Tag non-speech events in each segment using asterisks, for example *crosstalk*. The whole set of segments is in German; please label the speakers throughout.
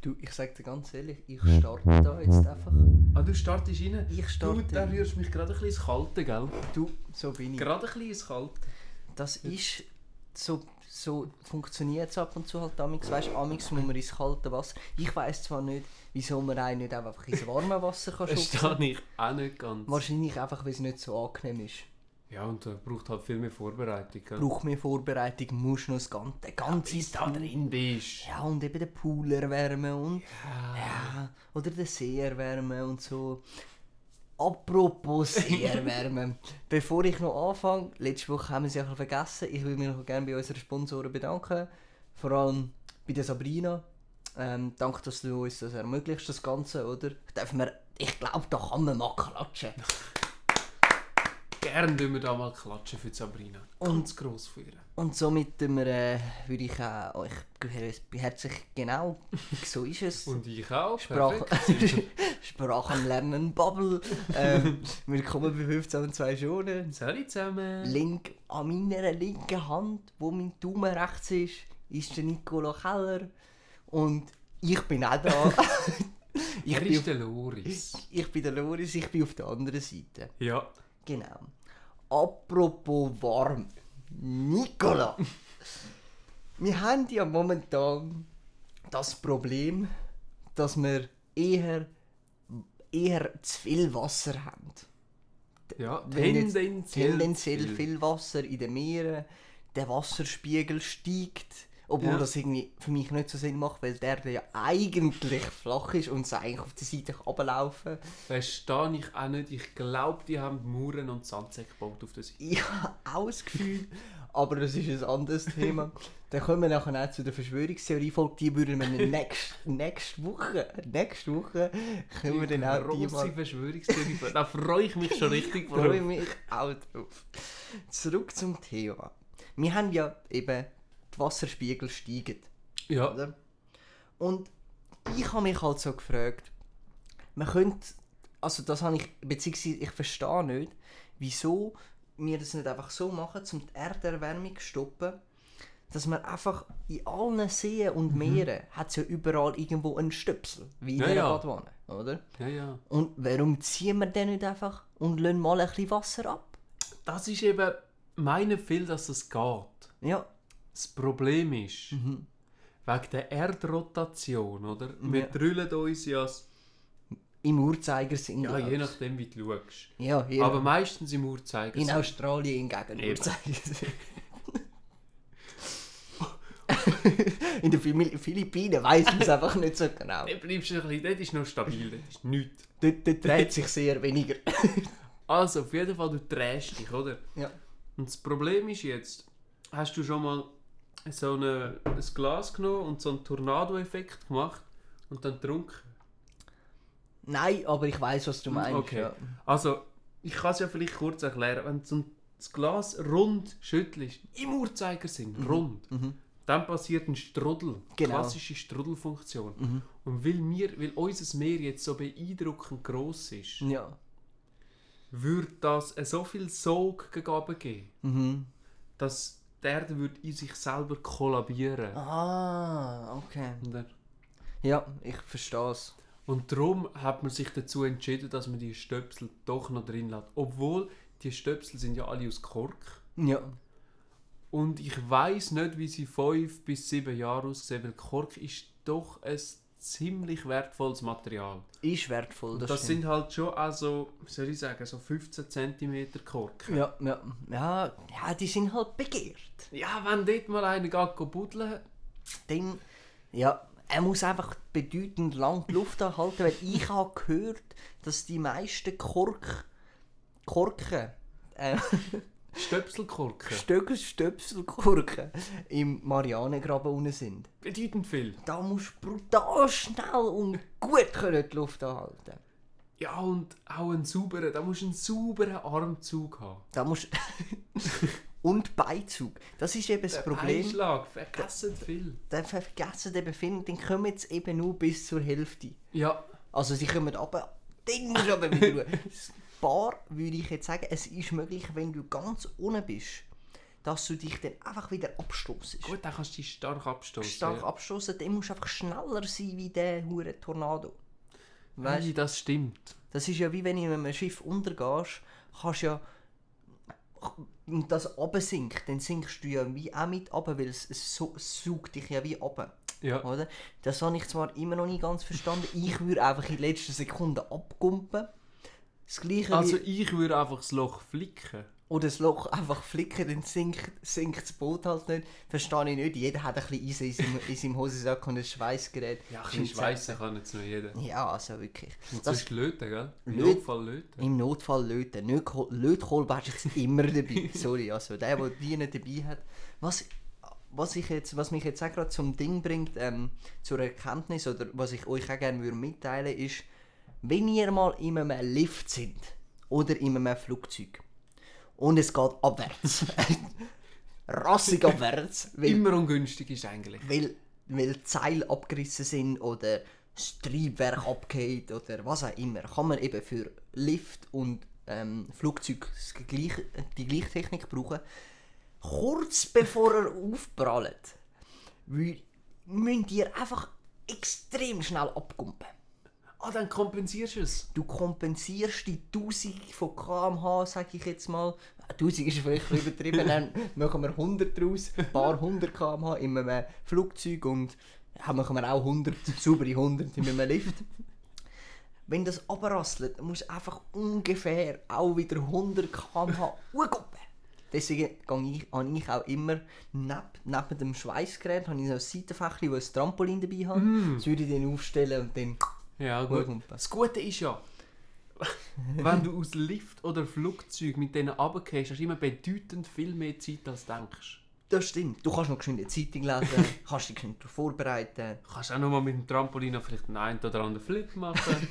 Speaker 1: Du, ich sag dir ganz ehrlich, ich starte da jetzt einfach.
Speaker 2: Ah, du startest rein.
Speaker 1: Ich
Speaker 2: Du, da
Speaker 1: starte.
Speaker 2: rührst mich gerade ein bisschen ins Kalte, gell?
Speaker 1: Du, so bin ich.
Speaker 2: Gerade ein bisschen ins Kalte.
Speaker 1: Das ist. So, so funktioniert es ab und zu halt amix. Weißt du, amix muss man ins kalte Wasser. Ich weiss zwar nicht, wieso man einen nicht auch einfach ins warme Wasser kann schubsen kann.
Speaker 2: Verstehe ich auch nicht ganz.
Speaker 1: Wahrscheinlich einfach, weil es nicht so angenehm ist.
Speaker 2: Ja, und da braucht halt viel mehr Vorbereitung. Gell?
Speaker 1: Braucht mehr Vorbereitung, musst noch das ganze, den ganzen
Speaker 2: bis du da drin bist.
Speaker 1: Ja, und eben den Pool erwärmen und. Ja. Oder den See erwärmen und so. Apropos See erwärmen. Bevor ich noch anfange, letzte Woche haben wir es ja ein bisschen vergessen. Ich würde mich noch gerne bei unseren Sponsoren bedanken. Vor allem bei der Sabrina. Ähm, danke, dass du uns das ermöglicht, das Ganze, oder? Darf man, ich glaube, da kann man mal klatschen.
Speaker 2: Gern würden wir da mal klatschen für die Sabrina. Ganz gross für ihr.
Speaker 1: Und somit tun wir, äh, würde ich auch euch herzlich genau, so ist es.
Speaker 2: Und ich auch.
Speaker 1: Sprach,
Speaker 2: perfekt. *laughs*
Speaker 1: Sprachen lernen, Bubble. Ähm, willkommen bei 15 und 2 Schonen.
Speaker 2: Salut zusammen.
Speaker 1: Link an meiner linken Hand, wo mein Daumen rechts ist, ist der Nicolo Keller. Und ich bin auch
Speaker 2: *laughs*
Speaker 1: da. ich,
Speaker 2: Er
Speaker 1: bin
Speaker 2: ist
Speaker 1: auf,
Speaker 2: der Loris.
Speaker 1: ich bin der Loris, ich bin auf der anderen Seite.
Speaker 2: Ja.
Speaker 1: Genau. Apropos warm.
Speaker 2: *laughs*
Speaker 1: Nicola. wir haben ja momentan das Problem, dass wir eher, eher zu viel Wasser haben.
Speaker 2: ja.
Speaker 1: Wenn jetzt
Speaker 2: Tendenziell.
Speaker 1: Tendenziell viel Wasser in den Meeren. Der Wasserspiegel steigt. Obwohl
Speaker 2: Ja.
Speaker 1: das irgendwie für mich nicht so Sinn macht, weil der ja eigentlich flach ist und es eigentlich auf der Seite runterlaufen kann.
Speaker 2: Verstehe ich auch nicht. Ich glaube, die haben die Mauern und Sandsäcke gebaut auf der Seite.
Speaker 1: Ich *laughs* habe auch das Gefühl, aber das ist ein anderes Thema. Dann kommen wir nachher auch zu der Verschwörungstheorie-Folge, die würden wir nächste, nächste Woche, nächste Woche können wir dann auch die
Speaker 2: Grosse
Speaker 1: mal...
Speaker 2: Verschwörungstheorie. Da freue
Speaker 1: *laughs*
Speaker 2: ich mich schon richtig
Speaker 1: Ich freue
Speaker 2: drauf.
Speaker 1: mich auch drauf. Zurück zum Thema. Wir haben ja eben, die Wasserspiegel steigen.
Speaker 2: Ja.
Speaker 1: Oder? Und ich habe mich halt so gefragt, man könnte, also das habe ich, beziehungsweise ich verstehe nicht, wieso wir das nicht einfach so machen, um die Erderwärmung zu stoppen, dass man einfach in allen Seen und Meeren hat es ja überall irgendwo einen Stöpsel, wie in
Speaker 2: Mhm. Ja,
Speaker 1: einer
Speaker 2: ja.
Speaker 1: Badwanne, oder?
Speaker 2: Ja, ja.
Speaker 1: Und warum ziehen wir den nicht einfach und lassen mal ein bisschen Wasser ab?
Speaker 2: Das ist eben, meine viel, dass es geht.
Speaker 1: Ja,
Speaker 2: Das Problem ist, wegen der Erdrotation, oder? Wir
Speaker 1: Ja.
Speaker 2: drüllen uns ja, s-
Speaker 1: im Uhrzeigersinn.
Speaker 2: ja
Speaker 1: glaubst
Speaker 2: je
Speaker 1: du.
Speaker 2: nachdem, wie du schaust.
Speaker 1: ja, ja.
Speaker 2: Aber meistens im Uhrzeigersinn.
Speaker 1: in Australien hingegen
Speaker 2: *laughs*
Speaker 1: Uhrzeigersinn. In den Fimi- Philippinen weiß man es einfach nicht so genau.
Speaker 2: Dort bleibst du ein bisschen, dort ist noch stabil, dort ist nichts.
Speaker 1: Dort, dort dreht sich sehr
Speaker 2: *laughs*
Speaker 1: weniger.
Speaker 2: Also, auf jeden Fall, du drehst dich, oder?
Speaker 1: ja.
Speaker 2: Und das Problem ist jetzt, hast du schon mal so eine, ein Glas genommen und so einen Tornado-Effekt gemacht und dann getrunken?
Speaker 1: Nein, aber ich weiß, was du meinst.
Speaker 2: Okay.
Speaker 1: Ja.
Speaker 2: Also, ich kann es ja vielleicht kurz erklären. Wenn du so ein- das Glas rund schüttelst, im Uhrzeigersinn, rund, dann passiert ein Strudel.
Speaker 1: Genau.
Speaker 2: Klassische Strudelfunktion. Und weil, wir, weil unser Meer jetzt so beeindruckend gross ist,
Speaker 1: ja.
Speaker 2: würde das äh, so viel Sog gegeben geben,
Speaker 1: Mhm.
Speaker 2: dass die Erde würde in sich selber kollabieren
Speaker 1: Ah, okay.
Speaker 2: würde.
Speaker 1: Ja, ich verstehe es.
Speaker 2: Und darum hat man sich dazu entschieden, dass man die Stöpsel doch noch drin lässt. Obwohl, die Stöpsel sind ja alle aus Kork.
Speaker 1: Ja.
Speaker 2: Und ich weiß nicht, wie sie fünf bis sieben Jahre aussehen, weil Kork ist doch ein ziemlich wertvolles Material.
Speaker 1: Ist wertvoll, das,
Speaker 2: Das,
Speaker 1: stimmt.
Speaker 2: sind halt schon also, wie soll ich sagen, so 15 cm Kork.
Speaker 1: Ja, ja, ja, ja, die sind halt begehrt.
Speaker 2: Ja, wenn dort mal einer geht go buddeln,
Speaker 1: Dann, ja, er muss einfach bedeutend lang die Luft anhalten, weil ich habe gehört, dass die meisten Kork, Korken, äh, *laughs*
Speaker 2: Stöpselkorken,
Speaker 1: Stöckel, Stöpselkorken im Marianengraben unten sind.
Speaker 2: *laughs* bedeutend viel.
Speaker 1: Da musst du brutal schnell und gut können die Luft anhalten.
Speaker 2: Ja, und auch einen sauberen, da musst du einen sauberen Armzug haben.
Speaker 1: Da musst *laughs* und Beizug. Das ist eben das Problem.
Speaker 2: Einschlag, vergessen viel.
Speaker 1: Dann vergessen eben viele, dann kommen sie eben nur bis zur Hälfte.
Speaker 2: Ja,
Speaker 1: Also sie kommen aber, dann musst du aber
Speaker 2: *laughs*
Speaker 1: wieder schauen. Ein paar würde ich jetzt sagen, es ist möglich, wenn du ganz unten bist, dass du dich dann einfach wieder abstoßest.
Speaker 2: Gut, dann kannst du dich stark abstoßen.
Speaker 1: Stark
Speaker 2: ja.
Speaker 1: abstoßen, dann musst du einfach schneller sein wie der hure Tornado. Weißt
Speaker 2: Nein, das stimmt.
Speaker 1: Das ist ja wie wenn du in einem Schiff untergehst, kannst ja. Und das absinkt, dann sinkst du ja wie auch mit ab, weil es, es so, es saugt dich ja wie ab.
Speaker 2: Ja.
Speaker 1: Oder? Das habe ich zwar immer noch nicht ganz verstanden. Ich würde einfach in letzter Sekunde abkumpen. Das gleiche
Speaker 2: Also
Speaker 1: wie,
Speaker 2: ich würde einfach das Loch flicken.
Speaker 1: oder das Loch einfach flicken, dann sinkt, sinkt das Boot halt nicht. Verstehe ich nicht. Jeder hat ein bisschen Eisen in seinem, in seinem Hosensack und ein Schweißgerät.
Speaker 2: Ja, ein bisschen Schweissen kann jetzt nur jeder.
Speaker 1: Ja, also wirklich.
Speaker 2: Und
Speaker 1: Das-
Speaker 2: sonst löten, gell? Im
Speaker 1: Löt-
Speaker 2: Notfall löten.
Speaker 1: Im Notfall löten. Nicht Ko- Lötkolben hast du jetzt *laughs* immer dabei. Sorry, also der, der die nicht dabei hat. Was, was, ich jetzt, was mich jetzt auch gerade zum Ding bringt, ähm, zur Erkenntnis oder was ich euch auch gerne würde mitteilen ist, wenn ihr mal in einem Lift sind oder in einem Flugzeug und es geht abwärts, *laughs* rassig abwärts, weil
Speaker 2: Immer ungünstig ist eigentlich.
Speaker 1: weil, weil die Seile abgerissen sind oder das Triebwerk abgeht oder was auch immer, kann man eben für Lift und ähm, Flugzeug das gleich- die gleiche Technik brauchen. Kurz bevor er aufprallt, wü- müsst ihr einfach extrem schnell abkumpen.
Speaker 2: Ah, dann kompensierst du es.
Speaker 1: Du kompensierst die 1000 von kmh, sage ich jetzt mal. 1000 ist vielleicht ein bisschen übertrieben, dann machen wir 100 draus, ein paar 100 kmh in einem äh, Flugzeug und ja, machen wir auch 100, saubere 100 in einem Lift. Wenn das abrasselt, musst du einfach ungefähr auch wieder 100 kmh hochkuppen. Deswegen gehe ich, habe ich auch immer neben, neben dem Schweißgerät habe ich so ein Seitenfächchen, wo ein Trampolin dabei hat. Das würde ich dann aufstellen und dann...
Speaker 2: Ja, gut.
Speaker 1: Hochhumpen.
Speaker 2: Das Gute ist ja, *laughs* wenn du aus Lift oder Flugzeug mit denen runtergehst, hast du immer bedeutend viel mehr Zeit, als du denkst.
Speaker 1: Das stimmt. Du kannst noch geschwind eine Zeitung
Speaker 2: *laughs*
Speaker 1: lesen, kannst dich geschwind darauf vorbereiten.
Speaker 2: Du kannst auch noch mal mit dem Trampolin noch vielleicht einen einen oder anderen Flip machen.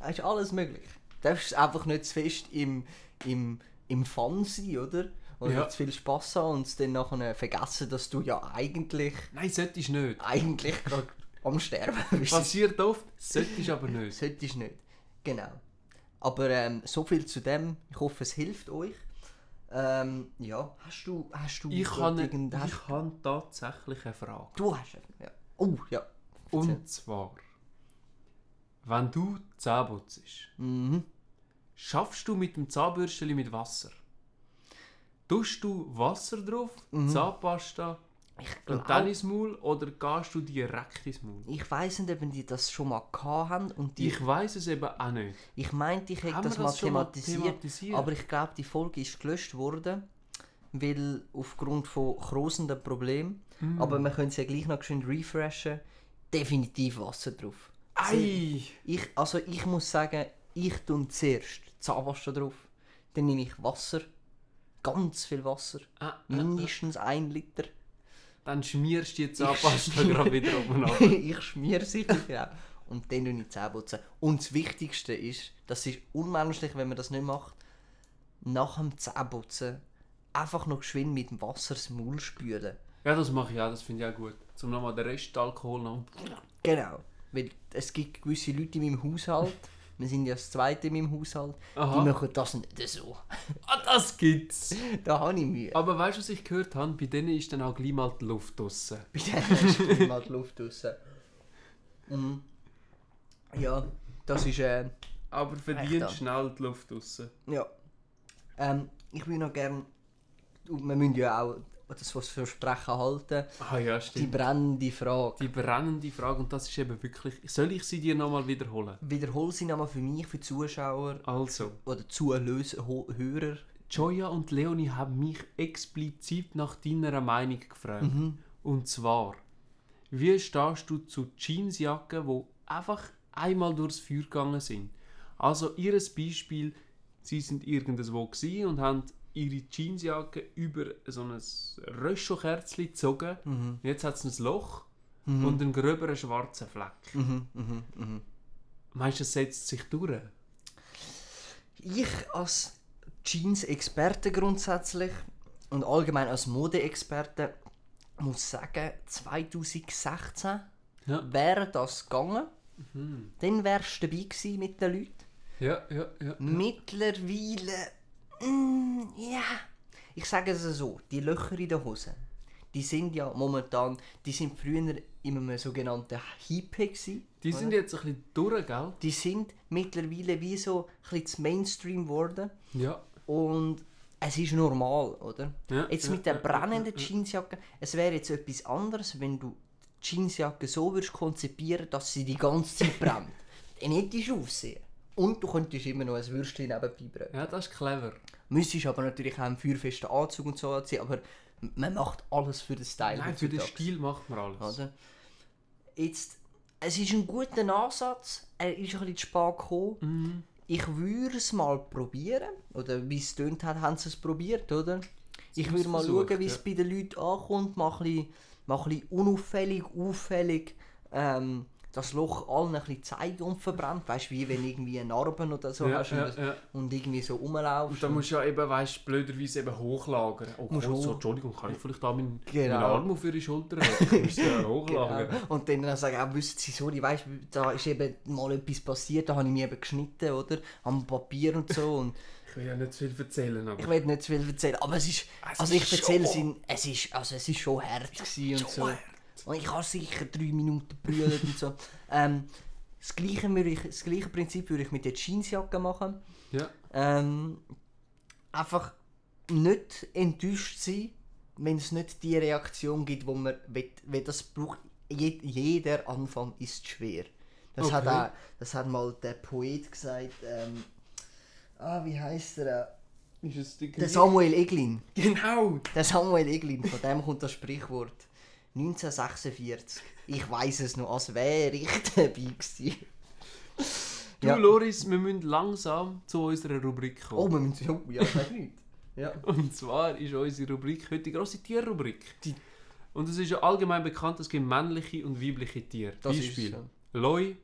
Speaker 1: Es ist alles möglich. Du darfst einfach nicht zu fest im, im, im Fun sein, oder? Oder
Speaker 2: Ja.
Speaker 1: zu viel Spass haben und es dann nachher vergessen, dass du ja eigentlich,
Speaker 2: Nein, solltest du nicht.
Speaker 1: eigentlich gerade am Sterben
Speaker 2: *laughs*
Speaker 1: bist.
Speaker 2: Passiert oft, solltest du aber nicht.
Speaker 1: Solltest du nicht. Genau. Aber ähm, so viel zu dem. Ich hoffe, es hilft euch. Ähm, ja, hast du, hast du
Speaker 2: Ich
Speaker 1: gerade
Speaker 2: habe,
Speaker 1: irgend-
Speaker 2: eine-
Speaker 1: hast,
Speaker 2: ich habe tatsächlich eine Frage.
Speaker 1: Du hast ja. Oh, ja.
Speaker 2: Und zwar, wenn du die Zähne putzt,
Speaker 1: Mhm.
Speaker 2: schaffst du mit dem Zahnbürstchen mit Wasser? Tust du Wasser drauf,
Speaker 1: Mhm.
Speaker 2: Zahnpasta
Speaker 1: Genau.
Speaker 2: und dann ins Maul oder gehst du direkt ins Maul?
Speaker 1: Ich weiß nicht, ob die das schon mal gehabt haben und die, ich,
Speaker 2: Ich weiß es eben auch nicht.
Speaker 1: meinte, ich hätte
Speaker 2: Haben wir
Speaker 1: das mal
Speaker 2: das schon mal
Speaker 1: thematisiert,
Speaker 2: thematisiert?
Speaker 1: aber ich glaube, die Folge ist gelöscht worden, weil aufgrund von grossenden Problemen,
Speaker 2: Hm.
Speaker 1: aber wir können es ja gleich noch schön refreshen, definitiv Wasser drauf.
Speaker 2: Ei!
Speaker 1: Ich, also ich muss sagen, ich tue zuerst Zahnwasser drauf, dann nehme ich Wasser, ganz viel Wasser,
Speaker 2: Ah,
Speaker 1: mindestens ein Liter.
Speaker 2: Dann schmierst du die Zahnpasta gerade wieder
Speaker 1: *laughs*
Speaker 2: oben ab.
Speaker 1: ich schmier sicher genau. Und dann tue ich die Zähne putzen. Und das Wichtigste ist, das ist unmenschlich, wenn man das nicht macht, nach dem Zähneputzen einfach noch geschwind mit dem Wasser das Maul spülen.
Speaker 2: Ja, das mache ich auch, das finde ich auch gut. Zum nochmal den Rest Alkohol noch.
Speaker 1: Genau. Weil es gibt gewisse Leute in meinem Haushalt, wir sind ja das Zweite in meinem Haushalt,
Speaker 2: Aha.
Speaker 1: die machen das nicht so. *laughs*
Speaker 2: Ah, das gibt's!
Speaker 1: Da habe ich Mühe.
Speaker 2: Aber weißt du, was ich gehört habe? Bei denen ist dann auch gleich mal die Luft draussen.
Speaker 1: Bei denen ist nicht mal die Luft raus. Mhm. Ja, das ist... Äh,
Speaker 2: Aber
Speaker 1: Echt,
Speaker 2: verdient
Speaker 1: da.
Speaker 2: schnell die Luft draussen.
Speaker 1: Ja. Ähm, ich will noch gerne. Wir müssen ja auch das was Versprechen halten.
Speaker 2: Ah ja,
Speaker 1: Die
Speaker 2: stimmt.
Speaker 1: brennende Frage.
Speaker 2: Die brennende Frage, und das ist eben wirklich... Soll ich sie dir nochmal wiederholen?
Speaker 1: Wiederhol sie nochmal für mich, für die Zuschauer
Speaker 2: Also,
Speaker 1: oder Zuhörer. Ho- Hörer.
Speaker 2: Joya und Leonie haben mich explizit nach deiner Meinung gefragt. Und zwar, wie stehst du zu Jeansjacken, die einfach einmal durchs Feuer gegangen sind? Also, ihr Beispiel, sie sind irgendwo gsi und haben ihre Jeansjacke über so ein Röschokerzchen gezogen. Jetzt hat es ein Loch und einen gröberen schwarzen Fleck. Meinst du, das setzt sich durch?
Speaker 1: Ich als Jeans-Experte grundsätzlich und allgemein als Mode-Experte muss sagen, 2016
Speaker 2: Ja. Mhm.
Speaker 1: wäre das gegangen. Dann wärst du dabei gewesen mit den Leuten.
Speaker 2: Ja, ja, ja.
Speaker 1: Mittlerweile. Mm, ja. Ich sage es so, die Löcher in den Hosen, die sind ja momentan, die sind früher in einem sogenannten Hype gewesen.
Speaker 2: Die sind jetzt ein bisschen durch, gell?
Speaker 1: Die sind mittlerweile wie so ein bisschen das Mainstream geworden.
Speaker 2: Ja.
Speaker 1: Und es ist normal, oder?
Speaker 2: Ja,
Speaker 1: Jetzt
Speaker 2: ja,
Speaker 1: mit der
Speaker 2: ja,
Speaker 1: brennenden Jeansjacke, es wäre jetzt etwas anderes, wenn du die Jeansjacke so würdest konzipieren, dass sie die ganze Zeit
Speaker 2: *laughs*
Speaker 1: brennt. Dann hättest du aufsehen. Und du könntest immer noch ein Würstchen nebenbei brennen.
Speaker 2: Ja, das ist clever.
Speaker 1: Müsstest aber natürlich auch einen feuerfesten Anzug und so anziehen, aber m- man macht alles für den Style.
Speaker 2: Nein, für den
Speaker 1: heutzutage,
Speaker 2: Stil macht man alles.
Speaker 1: Oder? Jetzt, es ist ein guter Ansatz, er ist ein bisschen zu spät gekommen.
Speaker 2: Mhm.
Speaker 1: Ich würde es mal probieren. Oder wie es tönt hat, haben sie es probiert, oder? Ich
Speaker 2: haben
Speaker 1: würde
Speaker 2: es
Speaker 1: mal
Speaker 2: versucht,
Speaker 1: schauen, wie es
Speaker 2: ja.
Speaker 1: bei den Leuten ankommt. Mal ein bisschen, mal ein bisschen unauffällig, auffällig ähm, das Loch allen ein bisschen zeigen und verbrennt. Weißt du, wie wenn irgendwie eine Narbe oder so
Speaker 2: Ja,
Speaker 1: hast und,
Speaker 2: ja,
Speaker 1: das-
Speaker 2: ja.
Speaker 1: und irgendwie so
Speaker 2: Und
Speaker 1: rumlaufst.
Speaker 2: dann musst du ja eben, weißt du, blöderweise eben hochlagern. Oh Gott,
Speaker 1: Musst
Speaker 2: so,
Speaker 1: hoch-
Speaker 2: Entschuldigung, kann ich vielleicht da meinen,
Speaker 1: Genau.
Speaker 2: meinen Arm auf ihre Schulter legen? Ich muss *laughs* ja hochlagern.
Speaker 1: Genau. Und dann dann sagen, auch wissen Sie, sorry, weißt du, da ist eben mal etwas passiert, da habe ich mich eben geschnitten, oder? Am Papier und so. Und
Speaker 2: Ich will ja nicht zu viel erzählen, aber...
Speaker 1: ich will nicht zu viel erzählen, aber es ist,
Speaker 2: Es
Speaker 1: also
Speaker 2: ist
Speaker 1: ich erzähle es
Speaker 2: schon-
Speaker 1: Ihnen, es ist, also es ist schon hart gewesen und
Speaker 2: schon
Speaker 1: so.
Speaker 2: hart.
Speaker 1: Und ich habe sicher drei Minuten brüllt und so. Ähm, das, gleiche würde ich, das gleiche Prinzip würde ich mit der Jeansjacke machen.
Speaker 2: Ja.
Speaker 1: Ähm, einfach nicht enttäuscht sein, wenn es nicht die Reaktion gibt, wo man will, weil das braucht je, jeder Anfang ist schwer. Das hat
Speaker 2: Okay.
Speaker 1: auch, das hat mal der Poet gesagt. Ähm, ah, wie heißt er?
Speaker 2: Ist es die
Speaker 1: Der Samuel Eglin.
Speaker 2: Genau!
Speaker 1: Der Samuel Eglin, von dem kommt das Sprichwort. 1946. Ich weiß es noch, als wäre ich *laughs* dabei gewesen.
Speaker 2: Du,
Speaker 1: Ja.
Speaker 2: Loris, wir müssen langsam zu unserer Rubrik
Speaker 1: Oh,
Speaker 2: kommen.
Speaker 1: wir müssen oh, ja, sag nicht. Ja.
Speaker 2: Und zwar ist unsere Rubrik heute die grosse Tierrubrik. Und es ist ja allgemein bekannt, es gibt männliche und weibliche Tiere.
Speaker 1: Das ist
Speaker 2: Beispiel.
Speaker 1: so.
Speaker 2: Leu,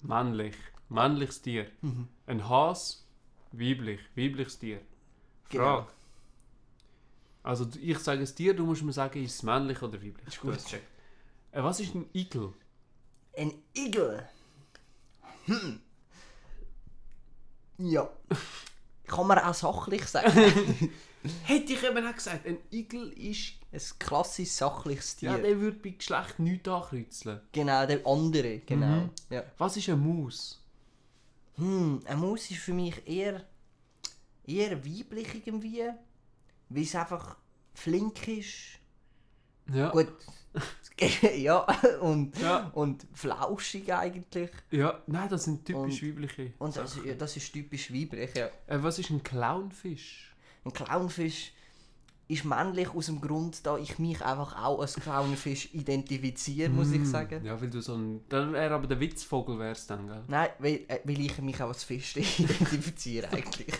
Speaker 2: männlich. Männliches Tier.
Speaker 1: Mhm.
Speaker 2: Ein Has, weiblich. Weibliches Tier.
Speaker 1: Genau.
Speaker 2: Frage. Also du- ich sage ein Tier, du musst mir sagen, ist es männlich oder weiblich.
Speaker 1: Ist gut.
Speaker 2: Du hast gecheckt. Äh, Was ist ein Igel?
Speaker 1: Ein Igel. Hm. Ja. Kann man auch sachlich sagen.
Speaker 2: *laughs* Hätte ich eben auch gesagt, ein Igel ist...
Speaker 1: Ein klassisch sachliches Tier.
Speaker 2: Ja, der würde bei Geschlecht nichts ankreuzeln.
Speaker 1: genau, der andere. Genau.
Speaker 2: Mhm.
Speaker 1: Ja.
Speaker 2: Was ist eine Maus?
Speaker 1: Hm, eine Maus ist für mich eher, eher weiblich irgendwie, weil es einfach flink ist.
Speaker 2: Ja.
Speaker 1: Gut. *laughs* ja, und,
Speaker 2: Ja.
Speaker 1: und flauschig eigentlich.
Speaker 2: Ja, nein, das sind typisch
Speaker 1: Und-
Speaker 2: weibliche.
Speaker 1: Und das, ja, das ist typisch weiblich, ja.
Speaker 2: Äh, was ist ein Clownfisch?
Speaker 1: Ein Clownfisch ist männlich aus dem Grund, da ich mich einfach auch als Clownfisch identifiziere, muss
Speaker 2: Mm.
Speaker 1: ich sagen.
Speaker 2: Hm. Ja, weil du so ein... Dann wäre aber der Witzvogel wär's dann, gell?
Speaker 1: Nein, weil, äh, weil ich mich auch als Fisch *laughs* identifiziere eigentlich.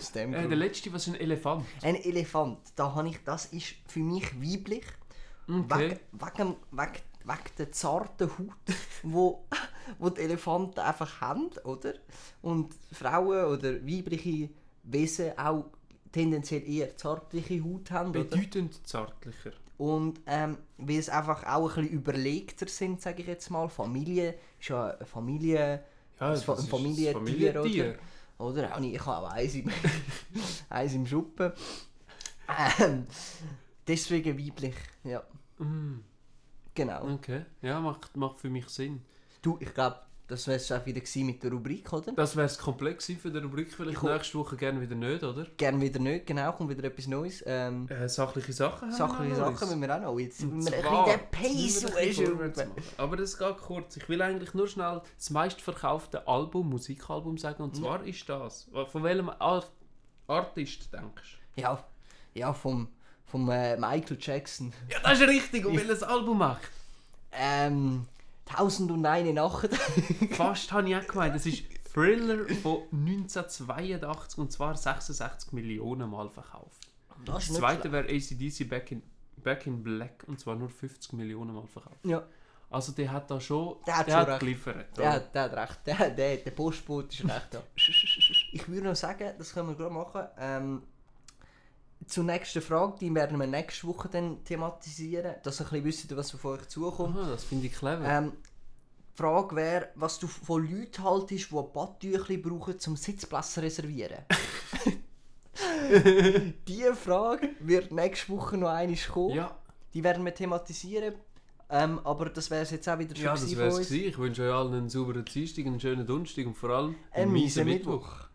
Speaker 1: aus dem
Speaker 2: Äh,
Speaker 1: Grund.
Speaker 2: der letzte, was ist ein Elefant?
Speaker 1: Ein Elefant, da habe ich, das ist für mich weiblich.
Speaker 2: Okay.
Speaker 1: Wegen, wegen, wegen, wegen der zarten Haut, *laughs* wo, wo die Elefanten einfach haben, oder? Und Frauen oder weibliche Wesen auch tendenziell eher zartliche Haut haben, oder?
Speaker 2: Bedeutend zartlicher.
Speaker 1: Und ähm, weil es einfach auch ein bisschen überlegter sind, sage ich jetzt mal. Familie ist ja eine Familie,
Speaker 2: Ja,
Speaker 1: ein
Speaker 2: das
Speaker 1: Fa- ein
Speaker 2: ist ein
Speaker 1: Familientier,
Speaker 2: Familientier.
Speaker 1: oder? Oder? Auch nicht, ich habe auch eins
Speaker 2: *laughs*
Speaker 1: im, eins im Schuppen. Ähm, deswegen weiblich, ja.
Speaker 2: Mhm.
Speaker 1: Genau.
Speaker 2: Okay. Ja, macht, macht für mich Sinn.
Speaker 1: Du, ich glaube, das wäre es auch wieder gewesen mit der Rubrik, oder?
Speaker 2: Das wäre es komplex gewesen für die Rubrik, vielleicht
Speaker 1: Ich ho-
Speaker 2: nächste Woche gerne wieder nicht, oder?
Speaker 1: Gern wieder nicht, genau, kommt wieder etwas Neues. Ähm,
Speaker 2: Äh, sachliche Sachen haben
Speaker 1: Sachliche
Speaker 2: wir noch, Loris.
Speaker 1: Sachen müssen wir auch noch. Jetzt
Speaker 2: Und
Speaker 1: sind wir ein
Speaker 2: zwar-
Speaker 1: bisschen den
Speaker 2: Jetzt müssen wir ein
Speaker 1: Pace
Speaker 2: bisschen vorwärts
Speaker 1: suchen.
Speaker 2: machen. Aber das geht kurz. Ich will eigentlich nur schnell das meistverkaufte Album, Musikalbum sagen.
Speaker 1: Mhm.
Speaker 2: Und zwar ist das. Von welchem Art Artist denkst du?
Speaker 1: Ja, ja vom, vom äh, Michael Jackson.
Speaker 2: Ja, das ist richtig. Und welches Album macht?
Speaker 1: Ähm, 1001 Nacht. *laughs*
Speaker 2: Fast habe ich auch gemeint. Das ist Thriller von 1982 und zwar 66 Millionen Mal verkauft.
Speaker 1: Das
Speaker 2: Das zweite wäre ACDC Back in, Back in Black und zwar nur 50 Millionen Mal verkauft.
Speaker 1: Ja,
Speaker 2: Also der hat da schon,
Speaker 1: Der hat schon recht.
Speaker 2: geliefert.
Speaker 1: der, hat- der hat recht. Der, der, der Postbote ist recht. Ja. Ich würde noch sagen, das können wir gerade machen. Ähm, zur nächsten Frage, die werden wir nächste Woche dann thematisieren, dass ihr ein bisschen wisst, was auf euch zukommt.
Speaker 2: Aha, das finde ich clever.
Speaker 1: Ähm, die Frage wäre, was du
Speaker 2: *laughs*
Speaker 1: von Leuten haltest, die Badtüchli brauchen, zum Sitzplatz zu reservieren. Diese Frage wird nächste Woche noch einmal kommen.
Speaker 2: Ja,
Speaker 1: Die werden wir thematisieren. Ähm, aber das wäre es jetzt auch wieder schon
Speaker 2: ja
Speaker 1: gewesen
Speaker 2: das
Speaker 1: von
Speaker 2: wär's
Speaker 1: uns.
Speaker 2: gewesen. Ich wünsche euch allen einen sauberen Dienstag, einen schönen Donnerstag und vor allem
Speaker 1: Einen Äh, miesen Mittwoch.